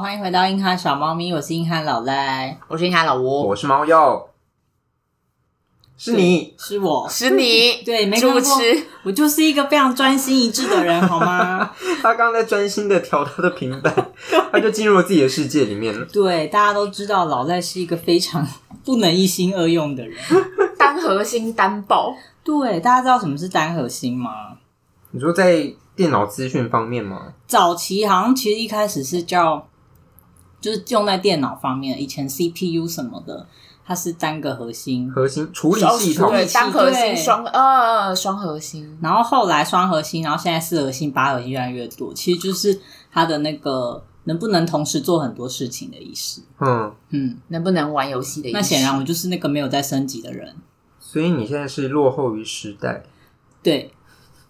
欢迎回到硬汉小猫咪，我是硬汉老赖，我是你喊老吴，我是猫药，是你，是我，是你，嗯对，没猪看过，吃，我就是一个非常专心一致的人，好吗？他刚刚在专心的调他的平板，他就进入了自己的世界里面了。对，大家都知道老赖是一个非常不能一心二用的人。单核心单爆，对，大家知道什么是单核心吗？你说在电脑资讯方面吗？早期好像其实一开始是叫，就是用在电脑方面，以前 CPU 什么的，它是单个核心，核心处理系统处理对，器单核心对双呃双核心，然后后来双核心，然后现在四核心、八核心越来越多，其实就是它的那个能不能同时做很多事情的意识。嗯，嗯，能不能玩游戏的意思？那显然我就是那个没有在升级的人。所以你现在是落后于时代。对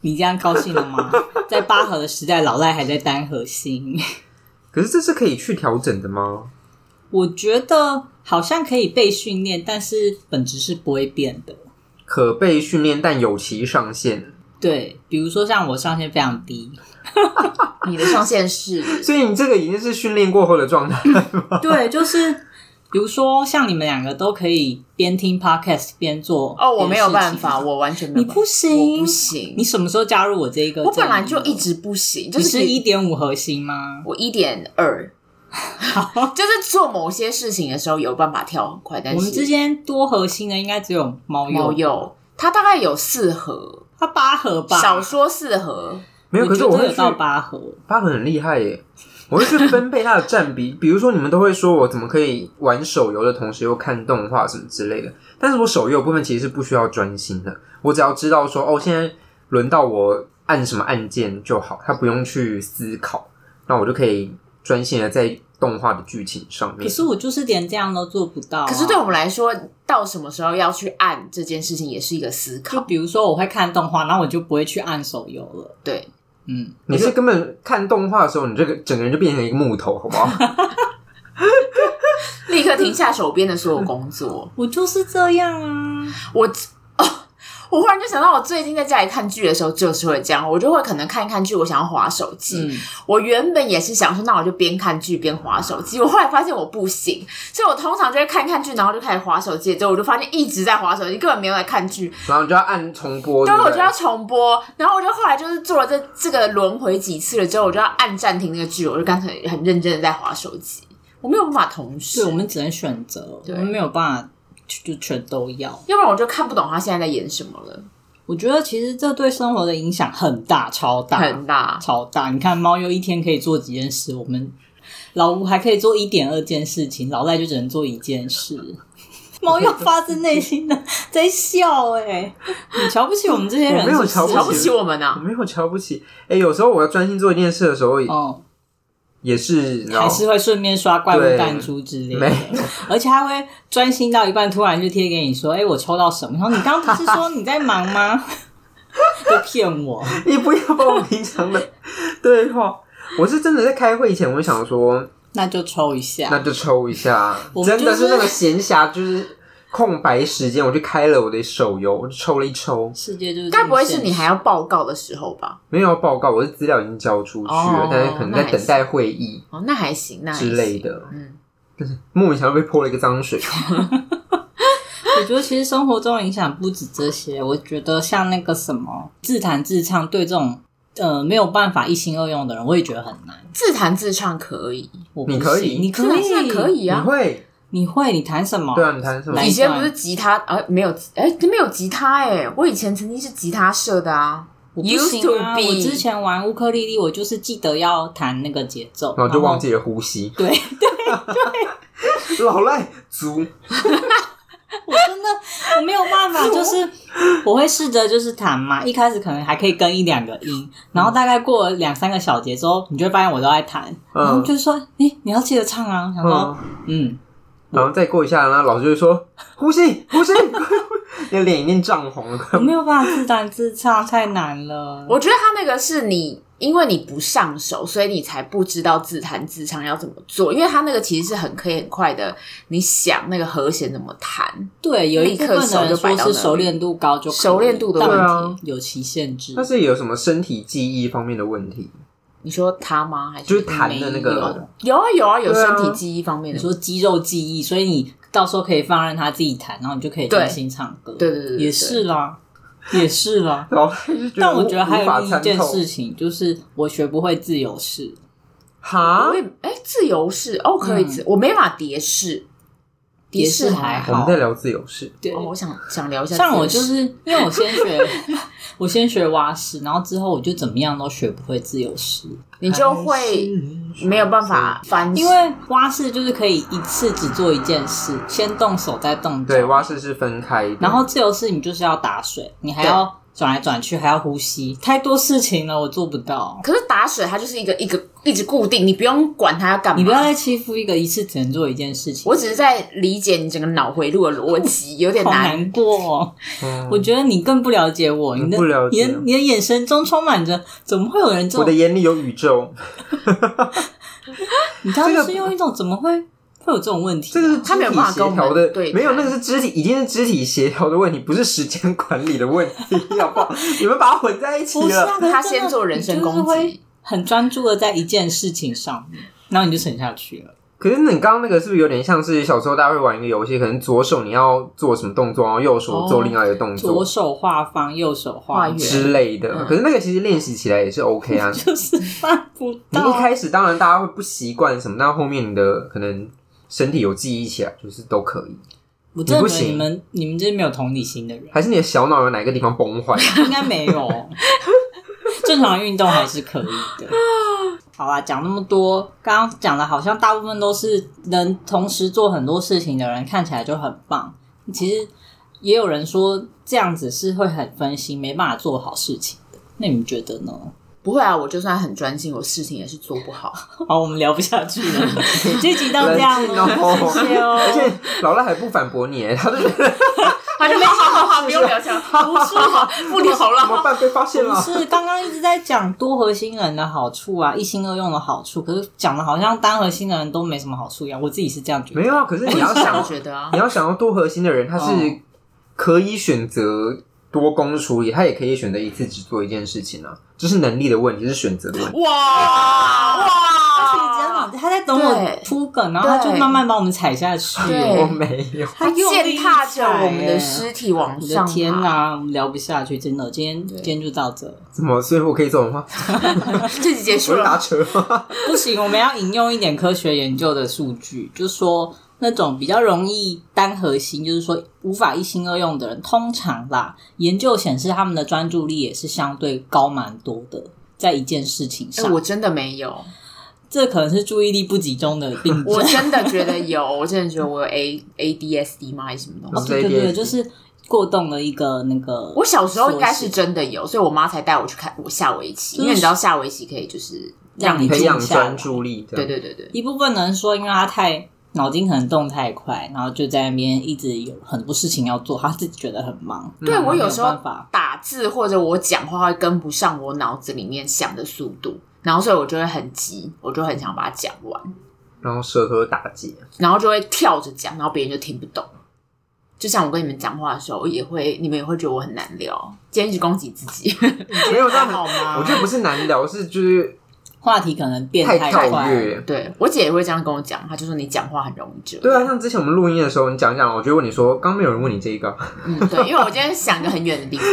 你这样高兴了 吗？在八核的时代，老赖还在单核心， 可是这是可以去调整的吗？我觉得好像可以被训练，但是本质是不会变的。可被训练，但有其上限。对，比如说像我上限非 常低，你的上限 是所以你这个已经是训练过后的状态。对，就是比如说像你们两个都可以边听 podcast 边做哦，我别的没有事办情法，我完全没有办法，你不行我不行你，什么时候加入我这一个阵营我的？本来就一直不行，就你是是一点五核心吗？我一点二， 就是做某些事情的时候有办法跳很快，但我们之是间多核心的应该只有猫友，猫有它大概有四盒，它八核吧，少说四盒， 没有，可是我觉得会有去到八核，八个很厉害耶！我会去分配它的占比， 比如说你们都会说我怎么可以玩手游的同时又看动画什么之类的，但是我手游部分其实是不需要专心的，我只要知道说哦，现在轮到我按什么按键就好，它不用去思考，那我就可以专心的在动画的剧情上可面。是我就是连这样都做不到啊、可是对我们来说，到什么时候要去按这件事情，也是一个思就考。比如说我会看动画，然后我就不会去按手游了。对，嗯，你是根本看动画的时候，你这个整个人就变成一个木头，好 不好？立刻停下手边的所有工作。我就是这样啊。我哦，我忽然就想到，我最近在家里看剧的时候，就是会这样，我就会可能看一看剧，我想要划手机。嗯，我原本也是想说，那我就边看剧边划手机。我后来发现我不行，所以我通常就会看看剧，然后就开始划手机。之后我就发现一直在划手机，根本没有在看剧。然后你就要按重播，啊对，啊对不我对就要重播，然后我就后来就是做了这这个轮回几次了之后，我就要按暂停那个剧，我就干脆很认真的在划手机，我没有办法同时对，我，们只能选择，我对们没有办法就就全都要。要不然我就看不懂他现在在演什么了，我觉得其实这对生活的影响很大，超 大，很大。超大。你看，猫又一天可以做几件事，我们老吴还可以做一点二件事情，老赖就只能做一件事。猫又发自内心的 在笑、欸，你瞧不起我们这些人我没有是是瞧不起我们我啊！没有瞧不起。哎、有时候我要专心做一件事的时候，哦，也是你知道还是会顺便刷怪物对弹珠之类的没。而且他会专心到一半，突然就贴给你说：“哎、我抽到什么？”然后你刚刚不是说你在忙吗？ 就骗我，你不要把我平常的 对话。我是真的在开会以前，我就想说，那就抽一下。那就抽一下，我们真的就是是那个闲暇就是空白时间，我就开了我的手游，我就抽了一抽，世界就是这么该不会是现你实还要报告的时候吧？没有要报告，我的资料已经交出去了，哦但是可能在等待会议哦，那还行，那还行之类。的，嗯，莫名其妙被泼了一个脏水。我觉得其实生活中的影响不止这些，我觉得像那个什么自弹自唱，对这种呃没有办法一心二用的人，我也觉得很难。自弹自唱可以，我不你可以行你可自弹以，自唱可，以你啊。会？你会，你弹什么？对啊，你弹什么哪？以一前段不是吉他，呃，没有，哎、没有吉他、哎，我以前曾经是吉他社的啊。我不行 Used to 啊！ be 我之前玩乌克丽丽，我就是记得要弹那个节奏，然后就忘了。记了呼吸。对，老赖足，我真的我没有办法，就是我会试着就是弹嘛，一开始可能还可以跟一两个音，然后大概过了两三个小节之后，你就会发现我都在弹，然后嗯就说：“诶、你要记得唱啊！”我想说嗯，，嗯，然后再过一下，然后老师就会说呼吸，呼吸， 快呼你的脸已经涨红了，快我没有办法自弹自唱， 太难了。我觉得他那个是你，因为你不上手，所以你才不知道自弹自唱要怎么做。因为他那个其实是很可以很快的，你想那个和弦怎么弹，对有一部分的人说是熟练度高就可以熟练度的但问对题。啊有其限制他。是有什么身体记忆方面的问题？你说他吗？还是就是弹的那个没有？有啊有啊，有对啊身体记忆方面你的。说肌肉记忆，所以你到时候可以放任他自己弹，然后你就可以专心唱歌。对对对对对也是啦，也是 啦。然后就觉但我无觉得还无法有一参件透事情，就是我学不会自由式，哈我，也哎，自由式哦，可以自，我没法蝶式，嗯蝶式式还还我们好在。聊自由式，对哦，我想想聊一下，像我就是因为我先学， 我先学蛙式，然后之后我就怎么样都学不会自由式，你就会没有办法翻，嗯因为蛙式就是可以一次只做一件事，先动手再动脚。对蛙式是分开的，然后自由式你就是要打水，你还要转来转去，还要呼吸，太多事情了，我做不到。可是打水它就是一个一个一直固定，你不用管它要干嘛。你不要再欺负一个一次只能做一件事情，我只是在理解你整个脑回路的逻辑，有点好难。难过、哦。嗯我觉得你更不了解我，你的不了解你的你的眼神中充满着怎么会有人这我的种？眼里有宇宙，你刚刚这个是用一种怎么会会有这种问题啊？这个是肢他没有体办法跟协我们调的，对没有谈那个是肢体，已经是肢体协调的问题，不是时间管理的问题， 好不好？你们把它混在一起不是啊了。可是他真的先做人身攻击你就是会很专注的在一件事情上面，然后你就沉下去了。可是你刚刚那个是不是有点像是小时候大家会玩一个游戏，可能左手你要做什么动作，然后右哦手做另外一个动作左手画方，右手画画圆，圆之类的。嗯可是那个其实练习起来也是 OK 啊。就是办不你到一。开始当然大家会不习惯什么，但后面你的可能身体有记忆起来，就是都可以。我真的你不觉得你行们你们这些没有同理心的人，还是你的小脑有哪个地方崩 坏？应该没 有。正常运动还是可以的。好啦，讲那么多，刚刚讲的好像大部分都是能同时做很多事情的人，看起来就很棒。其实也有人说这样子是会很分心，没办法做好事情的。那你们觉得呢？不会啊，我就算很专心，我事情也是做不好。 好，我们聊不下去 了，这集到这冷样静了，哦谢谢哦。 而且老赖还不反驳你，他就觉得他就好好好好，不用聊天，不是啊好，不聊怎么了。办？被发现了哦不。是，刚刚一直在讲多核心人的好处啊，一心二用的好处，可是讲的好像单核心的人都没什么好处一样，我自己是这样觉得。没有啊，可是我你要也是这样想，觉得啊你，要想要多核心的人，他哦是可以选择多工处理，他也可以选择一次只做一件事情啊。这是能力的问题，是选择的问题。哇哇，他其实这样，他在等我对铺梗，然后他就对慢慢把我们踩下去。对我没有，他用力践踏着踩我们的耶尸体往我上爬。的天哪、我们聊不下去，真的，今天对今天就到这，怎么？所以我可以 走吗？这集结我束会打了，车。不行，我们要引用一点科学研究的数据，就说那种比较容易单核心，就是说无法一心二用的人，通常啦，研究显示他们的专注力也是相对高蛮多的，在一件事情哎上，我真的没有，这可能是注意力不集中的病我症。真的觉得有，我真的觉得我有 A A D S D 吗？还是什么东哦西？对对对， ADHD 就是过动的一个那个。我小时候应该是真的有，所以我妈才带我去看我下围棋，就是因为你知道下围棋可以就是让让你你培养静下来专注力，这对样对对对，一部分人说，因为他太脑筋可能动太快，然后就在那边一直有很多事情要做，他自己觉得很忙。对我有时没候有办法打字或者我讲话会跟不上我脑子里面想的速度，然后所以我就会很急，我就很想把它讲完，然后舌头打结，然后就会跳着讲，然后别人就听不懂。就像我跟你们讲话的时候，我也会你们也会觉得我很难聊，今天一直攻击自 己，没有这样还好吗我觉得不是难聊，是就是话题可能变太快，跳跃。对我姐也会这样跟我讲，她就说你讲话很容易这样。对啊，像之前我们录音的时候，你讲一讲，我就问你说，刚没有人问你这一个，嗯，对，因为我今天想一个很远的地方，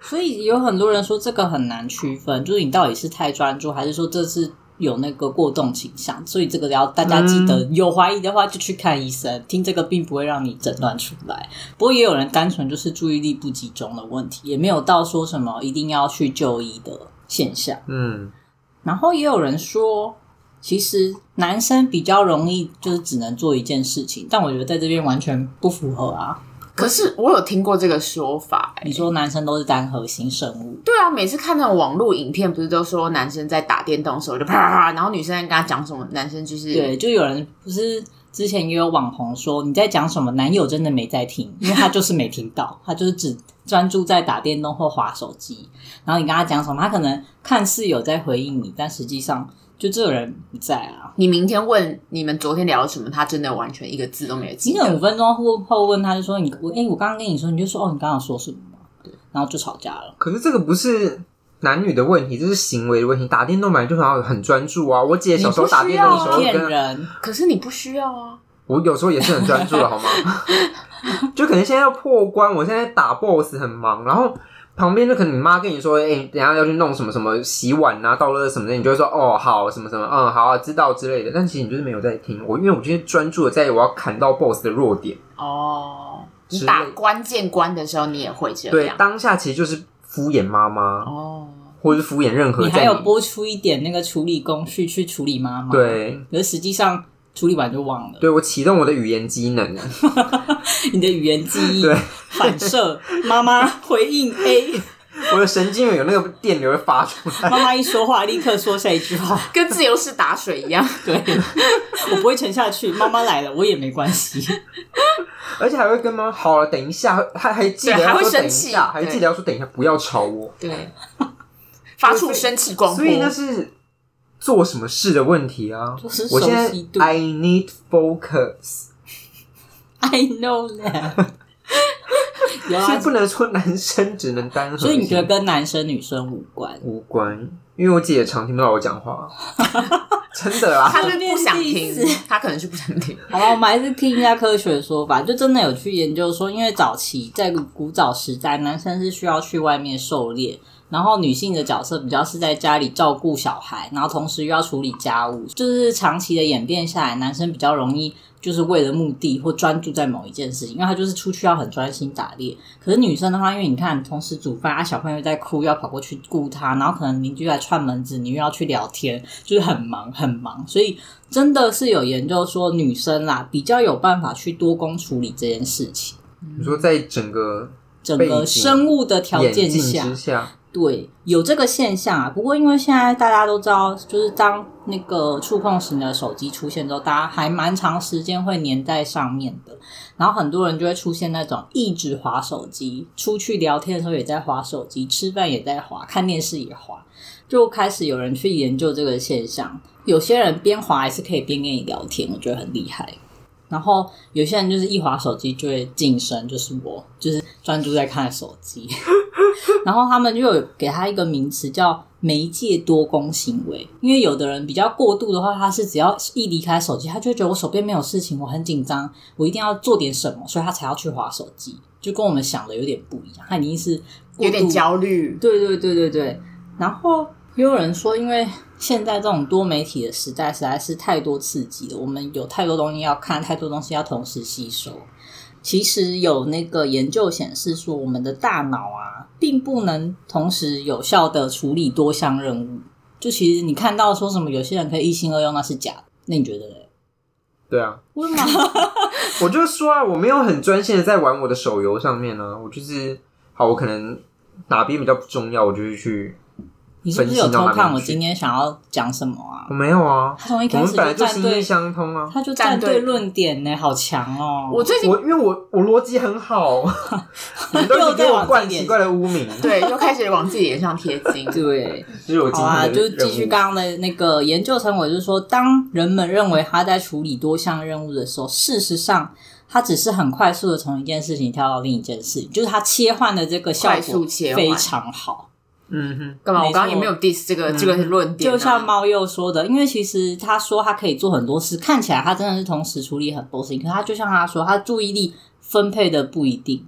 所以有很多人说这个很难区分，就是你到底是太专注，还是说这是有那个过动倾向。所以这个要大家记得，嗯有怀疑的话就去看医生。听这个并不会让你诊断出来。不过也有人单纯就是注意力不集中的问题，也没有到说什么一定要去就医的现象。嗯，然后也有人说，其实男生比较容易就是只能做一件事情，但我觉得在这边完全不符合啊。可是我有听过这个说法、欸你说男生都是单核心生物，对啊，每次看那种网络影片，不是都说男生在打电动的时候就啪啪啪，然后女生在跟他讲什么，男生就是对，就有人不是之前也有网红说你在讲什么，男友真的没在听，因为他就是没听到，他就是只专注在打电动或划手机。然后你跟他讲什么，他可能看似有在回应你，但实际上就这个人不在啊。你明天问你们昨天聊了什么，他真的完全一个字都没有记你可能五得。分钟后后问他，就说你我哎、我刚刚跟你说，你就说哦，你刚刚有说什么嘛？然后就吵架了。可是这个不是男女的问题，这是行为的问题。打电动本来就很好，很专注啊。我姐小时候打电动的时候，骗跟人，可是你不需要啊。我有时候也是很专注 的，好吗？就可能现在要破关，我现在打 BOSS 很忙，然后旁边就可能你妈跟你说，哎、等一下要去弄什么什么洗碗啊、倒垃圾什么的，你就会说哦好什么什么，嗯好、啊、知道之类的。但其实你就是没有在听我，因为我今天专注的在我要砍到 BOSS 的弱点。哦，你之类打关键关的时候，你也会这对，样。当下其实就是敷衍妈妈，哦，或者是敷衍任何你在还有拨出一点那个处理工序去处理妈妈，，对。可是实际上处理完就忘了，对，我启动我的语言机能， 你的语言记忆对反射，妈妈回应 A，我的神经元有那个电流会发出来。妈妈一说话立刻说下一句话，跟自由式打水一样。对我不会沉下去，妈妈来了我也没关系，而且还会跟妈妈好了，等一下，还还记得对还要会说等一生气下，还对记得要说等一下，不要吵我。对，发出生气光波所。以那是做什么事的问题啊就是！我现在熟悉度 I need focus， I know that 。有所以啊，不能说男生只能单核心，所以你觉得跟男生女生无关？无关？因为我姐也常听不到我 讲话，真的啊啦。他是不想听随便意思，他可能是不想听。好了，我们还是听一下科学的说法。就真的有去研究说，因为早期在古早时代，男生是需要去外面狩猎，然后女性的角色比较是在家里照顾小孩，然后同时又要处理家务。就是长期的演变下来，男生比较容易就是为了目的或专注在某一件事情，因为他就是出去要很专心打猎。可是女生的话，因为你看，同时煮饭啊，小朋友在哭，要跑过去顾他，然后可能邻居来串门子，你又要去聊天，就是很忙很忙，所以真的是有研究说，女生啦比较有办法去多工处理这件事情。你说在整个整背个景生物的条眼件镜下，之下，对，有这个现象啊。不过因为现在大家都知道，就是当那个触控型的手机出现之后，大家还蛮长时间会粘在上面的。然后很多人就会出现那种一直划手机，出去聊天的时候也在划手机，吃饭也在划，看电视也划，就开始有人去研究这个现象。有些人边划还是可以边跟你聊天，我觉得很厉害。然后有些人就是一划手机就会晋升，就是我就是专注在看手 机。然后他们就有给他一个名词叫媒介多工行为，因为有的人比较过度的话，他是只要一离开手机，他就会觉得我手边没有事情，我很紧张，我一定要做点什么，所以他才要去划手机，就跟我们想的有点不一样，他已经是过有点度焦虑，对对对对对。然后也有人说，因为现在这种多媒体的时代实在是太多刺激了，我们有太多东西要看，太多东西要同时吸收。其实有那个研究显示说，我们的大脑啊，并不能同时有效的处理多项任务。就其实你看到说什么，有些人可以一心二用，那是假的。那你觉得 嘞？对啊，为什么？我就说啊，我没有很专心的在玩我的手游上面呢、我就是好，我可能哪边比较不重要，我就会去。你是不是有偷分析到哪看里我去今天想要讲什么啊我？没有啊，他从一我开们始本来就就站心对意，相通啊。他就站站队对论点呢，好强哦！。我最近我因为我我逻辑很好，你们都一直给我灌奇怪的污名，对又开始往自己脸上贴金 对，就是我今好天啊，的就是继任续务刚刚的那个研究成果，就是说，当人们认为他在处理多项任务的时候，事实上他只是很快速的从一件事情跳到另一件事情，就是他切换的这个效快速果切换非常好。嗯哼，干嘛？没错我刚刚也没有 diss 这个嗯这个论点啊，就像猫鼬说的，因为其实他说他可以做很多事，看起来他真的是同时处理很多事情，可他就像他说，他注意力分配的不一定。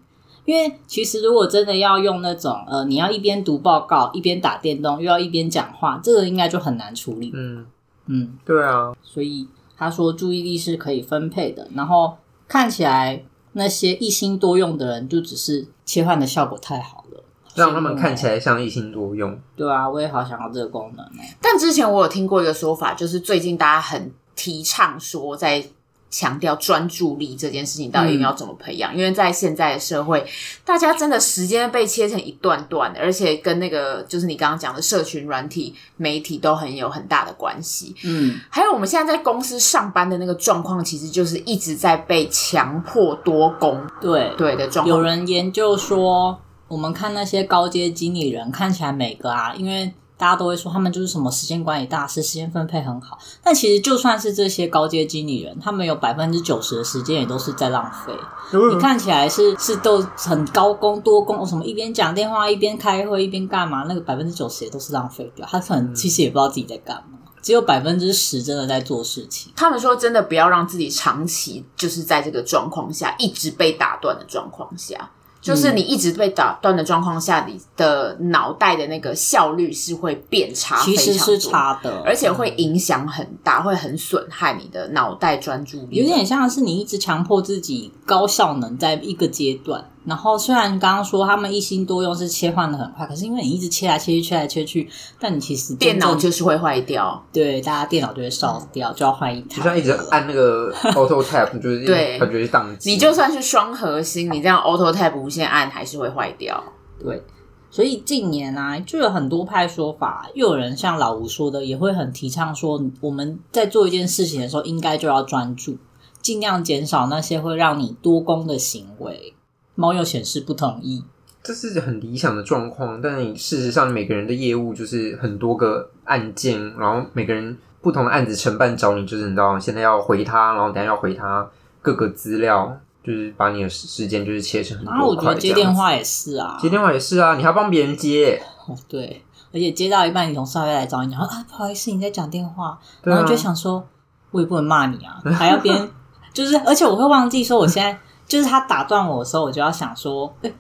因为其实如果真的要用那种呃，你要一边读报告一边打电动，又要一边讲话，这个应该就很难处理。嗯，嗯，对啊，所以他说注意力是可以分配的。然后看起来那些一心多用的人，就只是切换的效果太好了，让他们看起来来像一心多用，对啊，我也好想要这个功能哦、但之前我有听过一个说法，就是最近大家很提倡说在。强调专注力这件事情到底要怎么培养？因为在现在的社会，大家真的时间被切成一段段，而且跟那个就是你刚刚讲的社群软体、媒体都很有很大的关系。嗯，还有我们现在在公司上班的那个状况，其实就是一直在被强迫多工对。对的状 有况。人研究说，我们看那些高阶经理人，看起来每个啊，因为大家都会说他们就是什么时间管理大师，时间分配很好。但其实就算是这些高阶经理人，他们有百分之九十的时间也都是在浪费。嗯你看起来是是都很高工多工，哦什么一边讲电话一边开会一边干嘛，那个百分之九十也都是浪费掉。他可能其实也不知道自己在干嘛，嗯只有百分之十真的在做事情。他们说真的不要让自己长期就是在这个状况下一直被打断的状况下，就是嗯你一直被打断的状况下，你的脑袋的那个效率是会变差，其实是非常多，差的，而且会影响很大，会很损害你的脑袋专注力。有点像是你一直强迫自己高效能在一个阶段，然后虽然刚刚说他们一心多用是切换的很快，可是因为你一直切来切去、切来切去，但你其实真电脑正就是会坏掉，对大家电脑就会烧掉，就要换一台。就像一直按那个 Auto Tap，你就是对感觉是宕机。你就算是双核心，你这样 Auto Tab 无限按还是会坏掉。对，所以近年啊，就有很多派说法，又有人像老吴说的，也会很提倡说，我们在做一件事情的时候，应该就要专注，尽量减少那些会让你多功的行为。猫又显示不同意。这是很理想的状况，但事实上每个人的业务就是很多个案件，然后每个人不同的案子承办找你，就是你知道现在要回他，然后等一下要回他各个资料，就是把你的时时间就是切成很然后多我觉得块这接样子。电话也是啊，接电话也是啊，你还要帮别人接，哦，对，而且接到一半，你同事还会来找你，然后啊，不好意思，你在讲电话，对然啊后，就想说，我也不能骂你 啊，还要别人，就是，而且我会忘记说，我现在就是他打断我的时候，我就要想说，哎、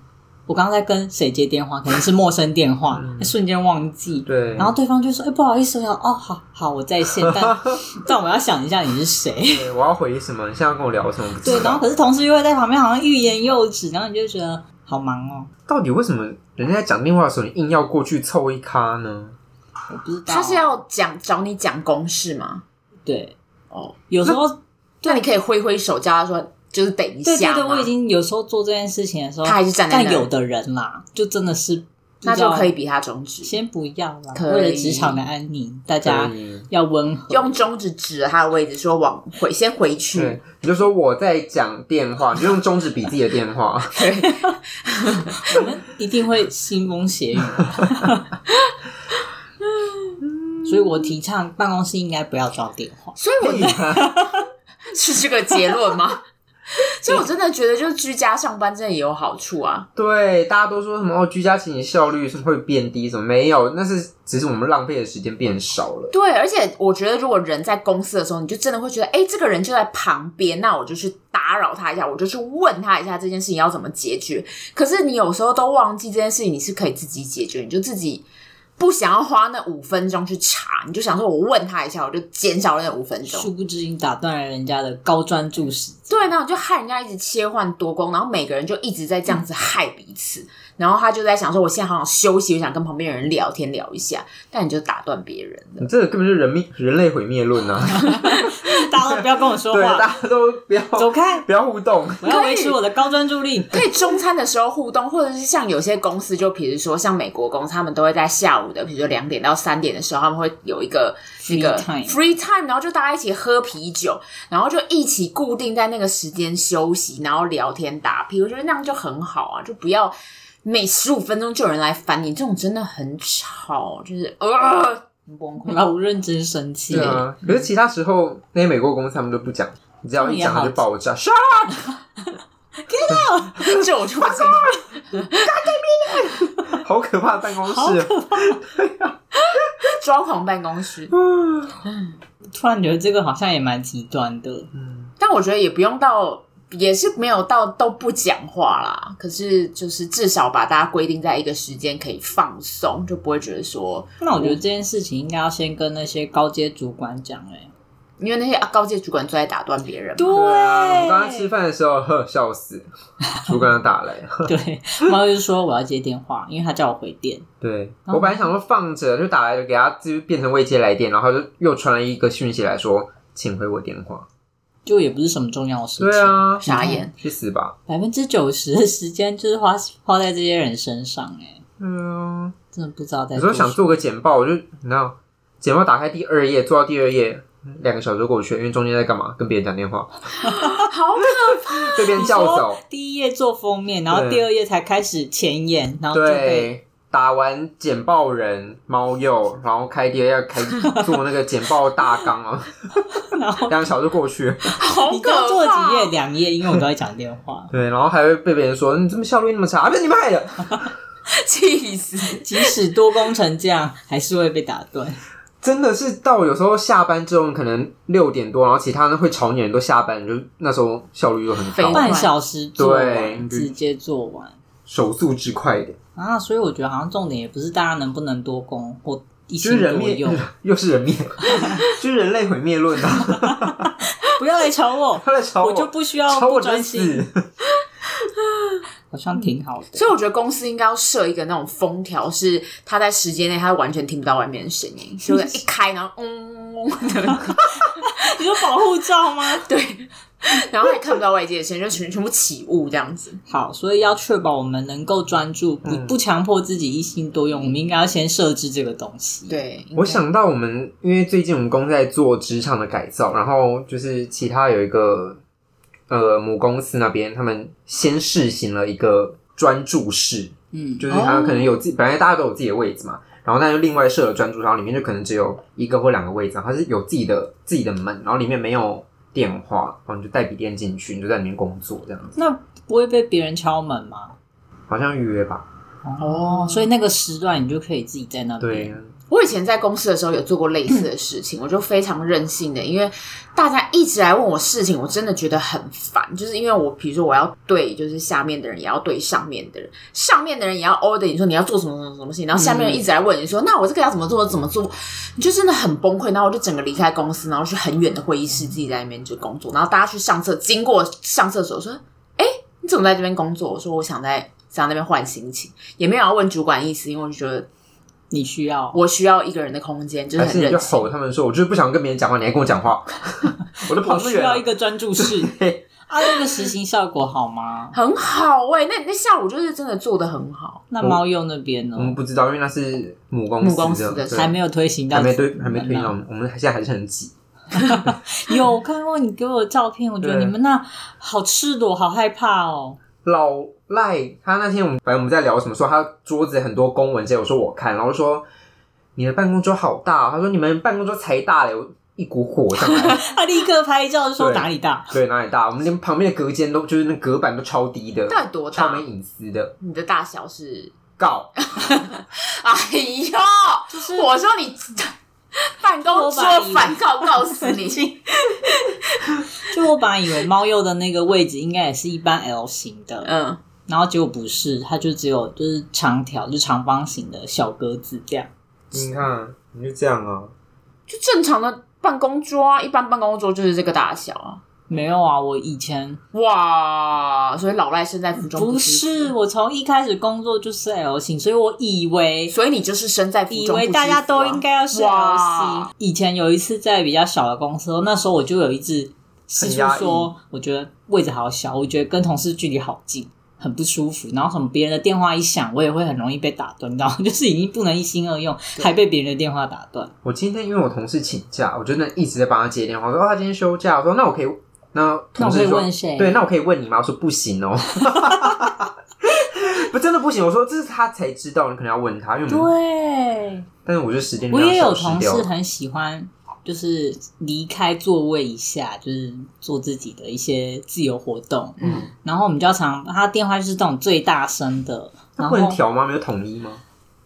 我刚刚在跟谁接电话，可能是陌生电话，嗯瞬间忘记。对，然后对方就说：“哎、不好意思，我想哦，好好，我在线， 但但我要想一下你是谁。对我要回什么，你现在要跟我聊什么？不”知对，然后道可是同事又会在旁边，好像欲言又止，然后你就觉得好忙哦。到底为什么人家在讲电话的时候，你硬要过去凑一咖呢？我不知道他是要讲找你讲公式吗？对哦，有时候那你可以挥挥手叫他说，就是等一对下啊对嘛。对，我已经有时候做这件事情的时候，他还是站在那但有的人啦，就真的是那就可以比比他中指较，先不要啦，可以为了职场的安宁，大家对要温和。用中指指着他的位置说往回，先回去对。，你就说我在讲电话，你就用中指比自己的电 话。我们一定会腥风血雨。所以我提倡办公室应该不要装电话。 所以我 屁啦是这个结论吗？所以我真的觉得，就是居家上班真的也有好处啊。对，大家都说什么哦，居家情理效率是会变低，什么没有？那是只是我们浪费的时间变少了。对，而且我觉得，如果人在公司的时候，你就真的会觉得，哎，这个人就在旁边，那我就去打扰他一下，我就去问他一下这件事情要怎么解决。可是你有时候都忘记这件事情，你是可以自己解决，你就自己不想要花那五分钟去查，你就想说，我问他一下，我就减少了那五分钟。殊不知你打断了人家的高专注时间。对，然后就害人家一直切换多工，然后每个人就一直在这样子害彼此。然后他就在想说，我现在好想休息，我想跟旁边的人聊天聊一下，但你就打断别人了。你这个根本就是人命人类毁灭论 啊！大家都不要跟我说对，话，大家都不要走开！不要互动。我要维持我的高专注力。可以中餐的时候互动，或者是像有些公司，就比如说像美国公司，他们都会在下午的，比如说两点到三点的时候，他们会有一个那 Free 个 time 嗯 free time，然后就大家一起喝啤酒，然后就一起固定在那个时间休息，然后聊天打屁，我觉得那样就很好啊，就不要每十五分钟就有人来烦你，这种真的很吵，就是呃很崩溃。老吴认真生气 对，啊，可是其他时候那些美国公司他们都不讲，你只要一讲他就爆炸。Shut up！ 这我就不清楚。好可怕的办公室，装潢办公室，突然觉得这个好像也蛮极端的。但我觉得也不用到，也是没有到都不讲话啦。可是就是至少把大家规定在一个时间可以放松，就不会觉得说，那我觉得这件事情应该要先跟那些高阶主管讲、欸，哎，因为那些啊高阶主管都在打断别人嘛。 对啊，我们刚刚吃饭的时候， 呵，笑死，主管要打来。 对，猫就说我要接电话，因为他叫我回电。对然后我本来想说放着，就打来就给他就变成未接来电，然后就又传了一个讯息来说，请回我电话。就也不是什么重要的事情。对，啊，傻眼，去死吧！百分之九十的时间就是花花在这些人身上、哎，嗯，真的不知道在有时做候想什么。做个简报，我就你知道，简报打开第二页，做到第二页，两个小时就过去了，因为中间在干嘛？跟别人讲电 话，啊好可怕！被别人叫你说走。第一页做封面，然后对第二页才开始前言，然后就被啊对，打完简报人猫鼬，然后开店要开做那个简报大纲 啊，然后两个小时过去，。好你可知道怕！哦做了几页？两页，因为我都在讲电话对，然后还会被别人说你怎么效率那么差，啊、不是你们害的。气 死！即使多工成这样，还是会被打 断。真的是到有时候下班之后，可能六点多，然后其他人会吵你的人都下班，就那时候效率就很非高，半小时做完，对嗯直接做完手速之快一点，啊！所以我觉得好像重点也不是大家能不能多工或一就心是多人灭用，， 又是人灭，就是人类毁灭论 啊！不要来吵我，他在 吵我就不需要吵不我真专心死，，好像嗯挺好的。所以我觉得公司应该要设一个那种封条，是他在时间内他完全听不到外面的声音，就是一开然后嗡嗡嗡的，你说保护罩吗？对， 然后他也看不到外界的声音，就全全部起雾这样子。 好，所以要确保我们能够专注，不嗯不强迫自己一心多用。我们应该要先设置这个东西。，对，我想到我们，因为最近我们公司在做职场的改造，然后就是其他有一个呃母公司那边，他们先试行了一个专注室，嗯，就是他可能有自己，本来大家都有自己的位置嘛，然后但是另外设了专注，然后里面就可能只有一个或两个位置，然后它是有自己的自己的门，然后里面没有电话，然后你就带笔电进去，你就在里面工作这样子，那不会被别人敲门吗？好像预约吧？哦，所以那个时段你就可以自己在那嗯对啊边。，我以前在公司的时候有做过类似的事情，我就非常任性的，因为大家一直来问我事情，我真的觉得很烦。就是因为我，比如说我要对，就是下面的人也要对上面的人，上面的人也要 order 你说你要做什么什么什么事情，然后下面人一直来问你说，那我这个要怎么做怎么做，你就真的很崩溃。然后我就整个离开公司，然后去很远的会议室自己在那边就工作，然后大家去上厕，经过上厕所我说，哎，你怎么在这边工作？我说我想在想在那边换心情，也没有要问主管意思，因为我就觉得。你需要我需要一个人的空间，就是还很是你任就性。吼他们说，我就是不想跟别人讲话，你还跟我讲话，我都跑我那么需远要了一。个专注 室啊，那个实行效果好吗？很好哎、那那下午就是真的做的很好，那猫鼬那边呢我？们不知道，因为那是母公母公司的的，嗯对还没有推行到还没这个推还没推门啊到，我们现在还是很挤。有我看过你给我的照片，我觉得对你们那好赤裸，好害怕哦。老赖他那天我们反正我们在聊什么，说他桌子很多公文之类，我说我看，然后说你的办公桌好大哦、他说你们办公桌才大嘞，我一股火上来，他立刻拍照说对哪里大，对哪里大？我们连旁边的隔间都就是那隔板都超低的，到底多超大没？隐私的你的大小是？告。 哎呦，就是我说你办公桌我把你反告 告死你！就我本来以为猫鼬的那个位置应该也是一般 L 型的，嗯，然后结果不是，它就只有就是长条，就长方形的小格子这样。你看，你就这样啊，就正常的办公桌啊，一般办公桌就是这个大小啊。没有啊，我以前哇，所以老赖身在福中不知是，福，我从一开始工作就是 L 型，所以我以为所以你就是身在福中以不知福啊为大家都应该要是 L 型哇。以前有一次在比较小的公司，那时候我就有一次师很傅压抑说，我觉得位置好小，我觉得跟同事距离好近。很不舒服，然后什么别人的电话一响，我也会很容易被打断，你知道吗？ 就是已经不能一心二用，还被别人的电话打断。我今天因为我同事请假，我真的一直在帮他接电话，我说哦他今天休假，我说那我可以，那同事那我可以说问谁对，那我可以问你吗？我说不行 哦，不真的不行，我说这是他才知道，你可能要问他，因为我们对，但是我就时间我也有消同失掉事了很喜欢，就是离开座位一下，就是做自己的一些自由活动。嗯，然后我们就要常，他电话就是这种最大声的，然那不能后调吗？没有统一吗？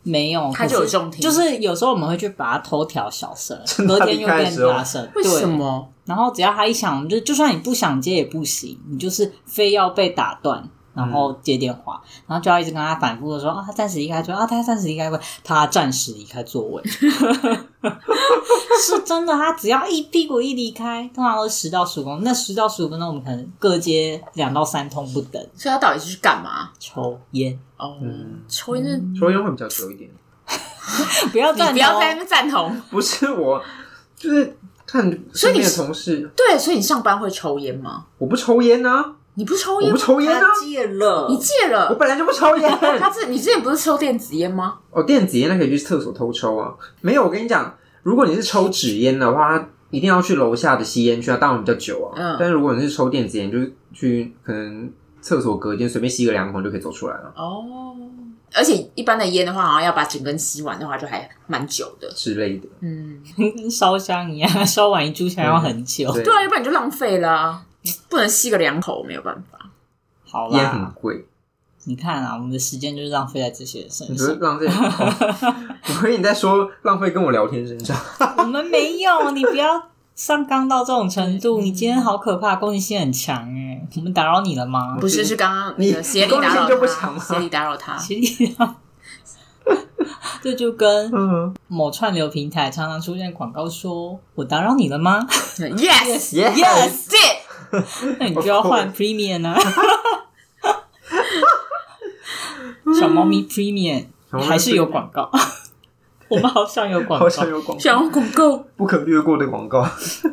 没有，他就可有是这种听就是有时候我们会去把它偷调小声，趁他隔天又离开的变时候大声，为什对。么？然后只要他一响，我们就就算你不想接也不行，你就是非要被打断，然后接电话，然后就要一直跟他反复的说啊，他暂时离开座位啊，他暂时离开座位，他暂时离开座位，是真的。他只要一屁股一离开，通常都十到十五分钟，那十到十五分钟我们可能各接两到三通不等，所以他到底是去干嘛？抽烟，哦嗯，抽烟真的抽烟会比较久一点。不要你站不要在那边赞同。不是我，就是看所以身你边的同事，对，所以你上班会抽烟吗？我不抽烟啊，你不抽我烟不吗？抽烟啊，戒了你戒我了？哦本来就不抽烟。他这你之前不是抽电子烟吗？哦，电子烟那可以去厕所偷抽啊。没有，我跟你讲，如果你是抽纸烟的话，一定要去楼下的吸烟区啊，当然比较久啊。嗯但是如果你是抽电子烟，就是去可能厕所隔间随便吸个两口你就可以走出来了。哦，而且一般的烟的话，好像要把整根吸完的话，就还蛮久的。之类的。嗯，跟 烧香一样，烧完一炷香要很久。对对啊，要不然你就浪费啦、不能吸个两口，没有办法。好烟很啦，贵，你看啊，我们的时间就是浪费在这些身你不是上。浪 费？哦我以为你在说浪费跟我聊天身上。 我们没有，你不要上纲到这种程 度。你今天好可怕，攻击性很强哎、我们打扰你了吗？不是，觉得是刚刚哦你那个协力你打光听就扰不啊想他，吗协力打扰 他。其实 这就跟嗯某串流平台常常出现广告说“我打扰你了吗 Yes, ，Yes， yes, did。”，那你就要 Of course 换 Premium 啊。 小猫咪 Premium 小猫咪还是有广告， 我们好像有广告好。像有广告，小红广告，不可略过的广告。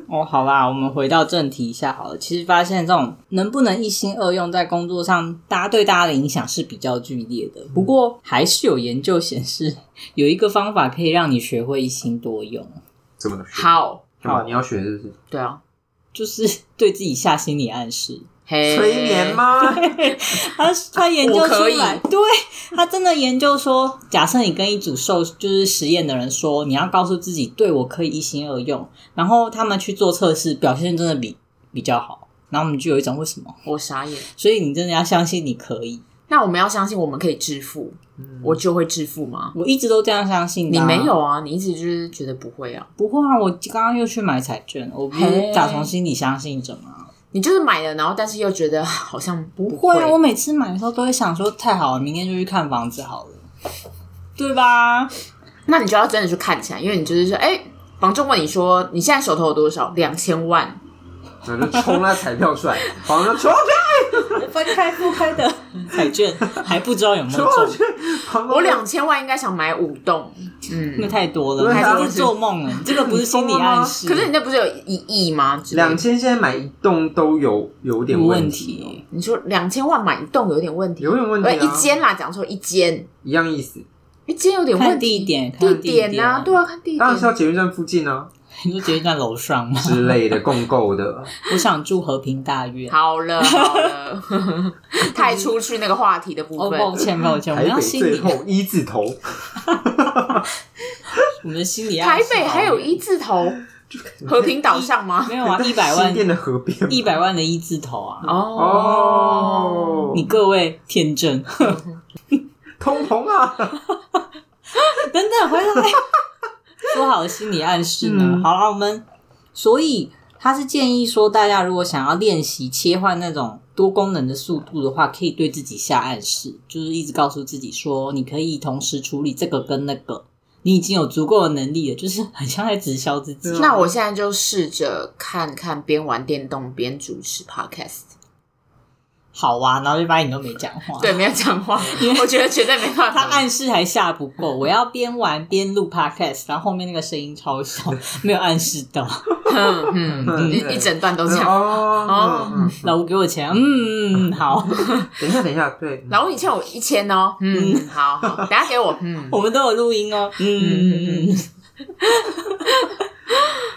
哦，好啦，我们回到正题一下好了。其实发现这种能不能一心二用在工作上，大家对大家的影响是比较剧烈的。不过还是有研究显示， 有一个方法可以让你学会一心多用，怎么学？好，好，你要学是不是？对啊，就是对自己下心理暗示。嘿催眠？吗？他他研究我出可以来，对他真的研究说，假设你跟一组受就是实验的人说，你要告诉自己，对我可以一心二用，然后他们去做测试，表现真的比比较好。然后我们就有一种为什么？我傻眼。所以你真的要相信你可以。那我们要相信我们可以致富，嗯我就会致富吗？我一直都这样相信你的啊、没有啊，你一直就是觉得不会啊，不会啊！我刚刚又去买彩券，我不是嘿打从心里相信着吗？你就是买了，然后但是又觉得 好像不不会啊！我每次买的时候都会想说，太好了，明天就去看房子好了，对吧？那你就要真的去看起来，因为你就是说，哎、房仲问你说你现在手头有多少？两千万，我就冲那彩票出来，好像冲去翻开覆开的 彩券还不知道有没有中 冲，去，好我两千万应该想买五栋，那嗯，太多了，对你啊还是做梦了。这个不是心理暗 示，可是你那不是有一亿吗？之类的两，千，现在买一栋都有有点有问问题哦，题。你说两千万买一栋有点问题，哦有点问题呃啊，一间啦，讲错一间，一样意思，一间有点看问地题，点，看地点点啊，对啊，看地当然是要点，捷运站附近啊你就直接在楼上吗？之类的， 共购的，我想住和平大院。好了好了， 太出去那个话题的部哦，分，抱歉，抱歉，我台们要北心理最，后一字头，我们的心理暗台示。北还有一字头， 和平岛上吗？ 没有 啊？ 一百新万，店的哦河边，一百万的一字头啊！哦，哦， 你各位天真， 通膨啊，等等回来， 说好的心理暗示呢？嗯好了，我们所以他是建议说，大家如果想要练习切换那种多功能的速度的话，可以对自己下暗示，就是一直告诉自己说，你可以同时处理这个跟那个，你已经有足够的能力了，就是很像在直销自己对。啊那我现在就试着看看，边玩电动边主持 podcast。好啊，然后就发现你都没讲话，对，没有讲话，我觉得绝对没办他法。暗示还下不够，我要边玩边录 podcast，然后后面那个声音超小， 没有暗示到。嗯嗯，一对一整段都这样。哦，嗯嗯老吴给我钱， 嗯，嗯好，等一下，等一下，对，老吴，你欠我一千哦。嗯，好，好，等下给我。嗯，我们都有录音哦，嗯嗯嗯，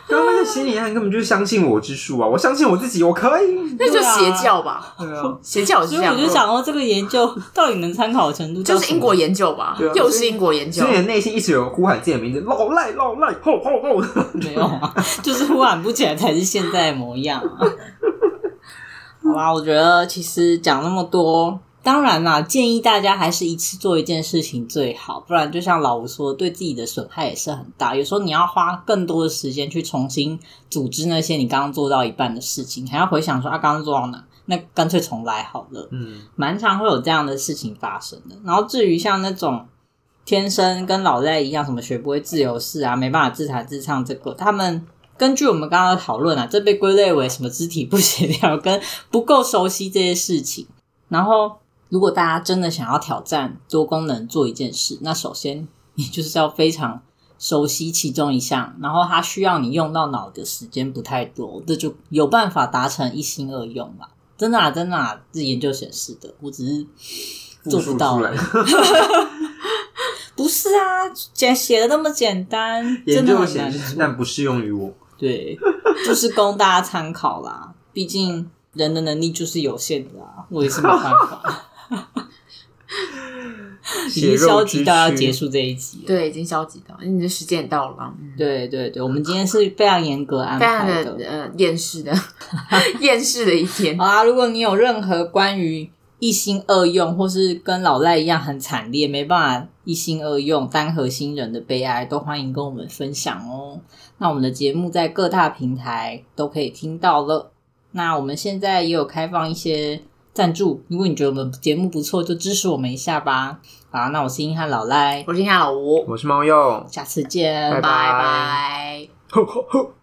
刚刚那个心理暗根本就是相信我之术啊，我相信我自己，我可以，那就对啊邪教吧，对啊，邪教也是所这以我样就的。想说，这个研究到底能参考的程度到就什么是英国研究吧对啊，又是英国研究所以。你的内心一直有呼喊自己的名字，老赖老赖，吼吼吼， 没有啊， 就是呼喊不起来才是现在的模样啊。好啦，我觉得其实讲那么多，当然啦，建议大家还是一次做一件事情最好，不然就像老吴说，对自己的损害也是很大。有时候你要花更多的时间去重新组织那些你刚刚做到一半的事情，还要回想说啊，刚刚做到哪，那干脆重来好了。嗯，蛮常会有这样的事情发生的。然后至于像那种天生跟老赖一样，什么学不会自由式啊，没办法自弹自唱这个，他们根据我们刚刚的讨论啊，这被归类为什么肢体不协调跟不够熟悉这些事情。然后，如果大家真的想要挑战多功能做一件事，那首先你就是要非常。熟悉其中一项，然后它需要你用到脑的时间不太多，这就有办法达成一心二用吧。真的啊，真的啊，这研究显示的，我只是做复不述到出而来已。，不是啊，简写的那么简单， 研真的究很显难示，做。但不适用于我，对，就是供大家参考啦。毕竟 人的能力就是有限的啊，我也是没办法。已血经消肉极之到要躯结束这一集了。对，已经消极到，嗯你的时间也到了吧，嗯，对对对，我们今天是非常严格安非常排的的。呃厌世的 厌世的一天好。啊，如果你有任何关于一心二用，或是跟老赖一样很惨烈，没办法一心二用、单核心人的悲哀，都欢迎跟我们分享哦。那我们的节目在各大平台都可以听到了。那我们现在也有开放一些赞助，如果你觉得我们节目不错，就支持我们一下吧。好，那我是硬汉老赖，我是夏老吴，我是猫鼬，下次见，拜拜拜。吼吼吼。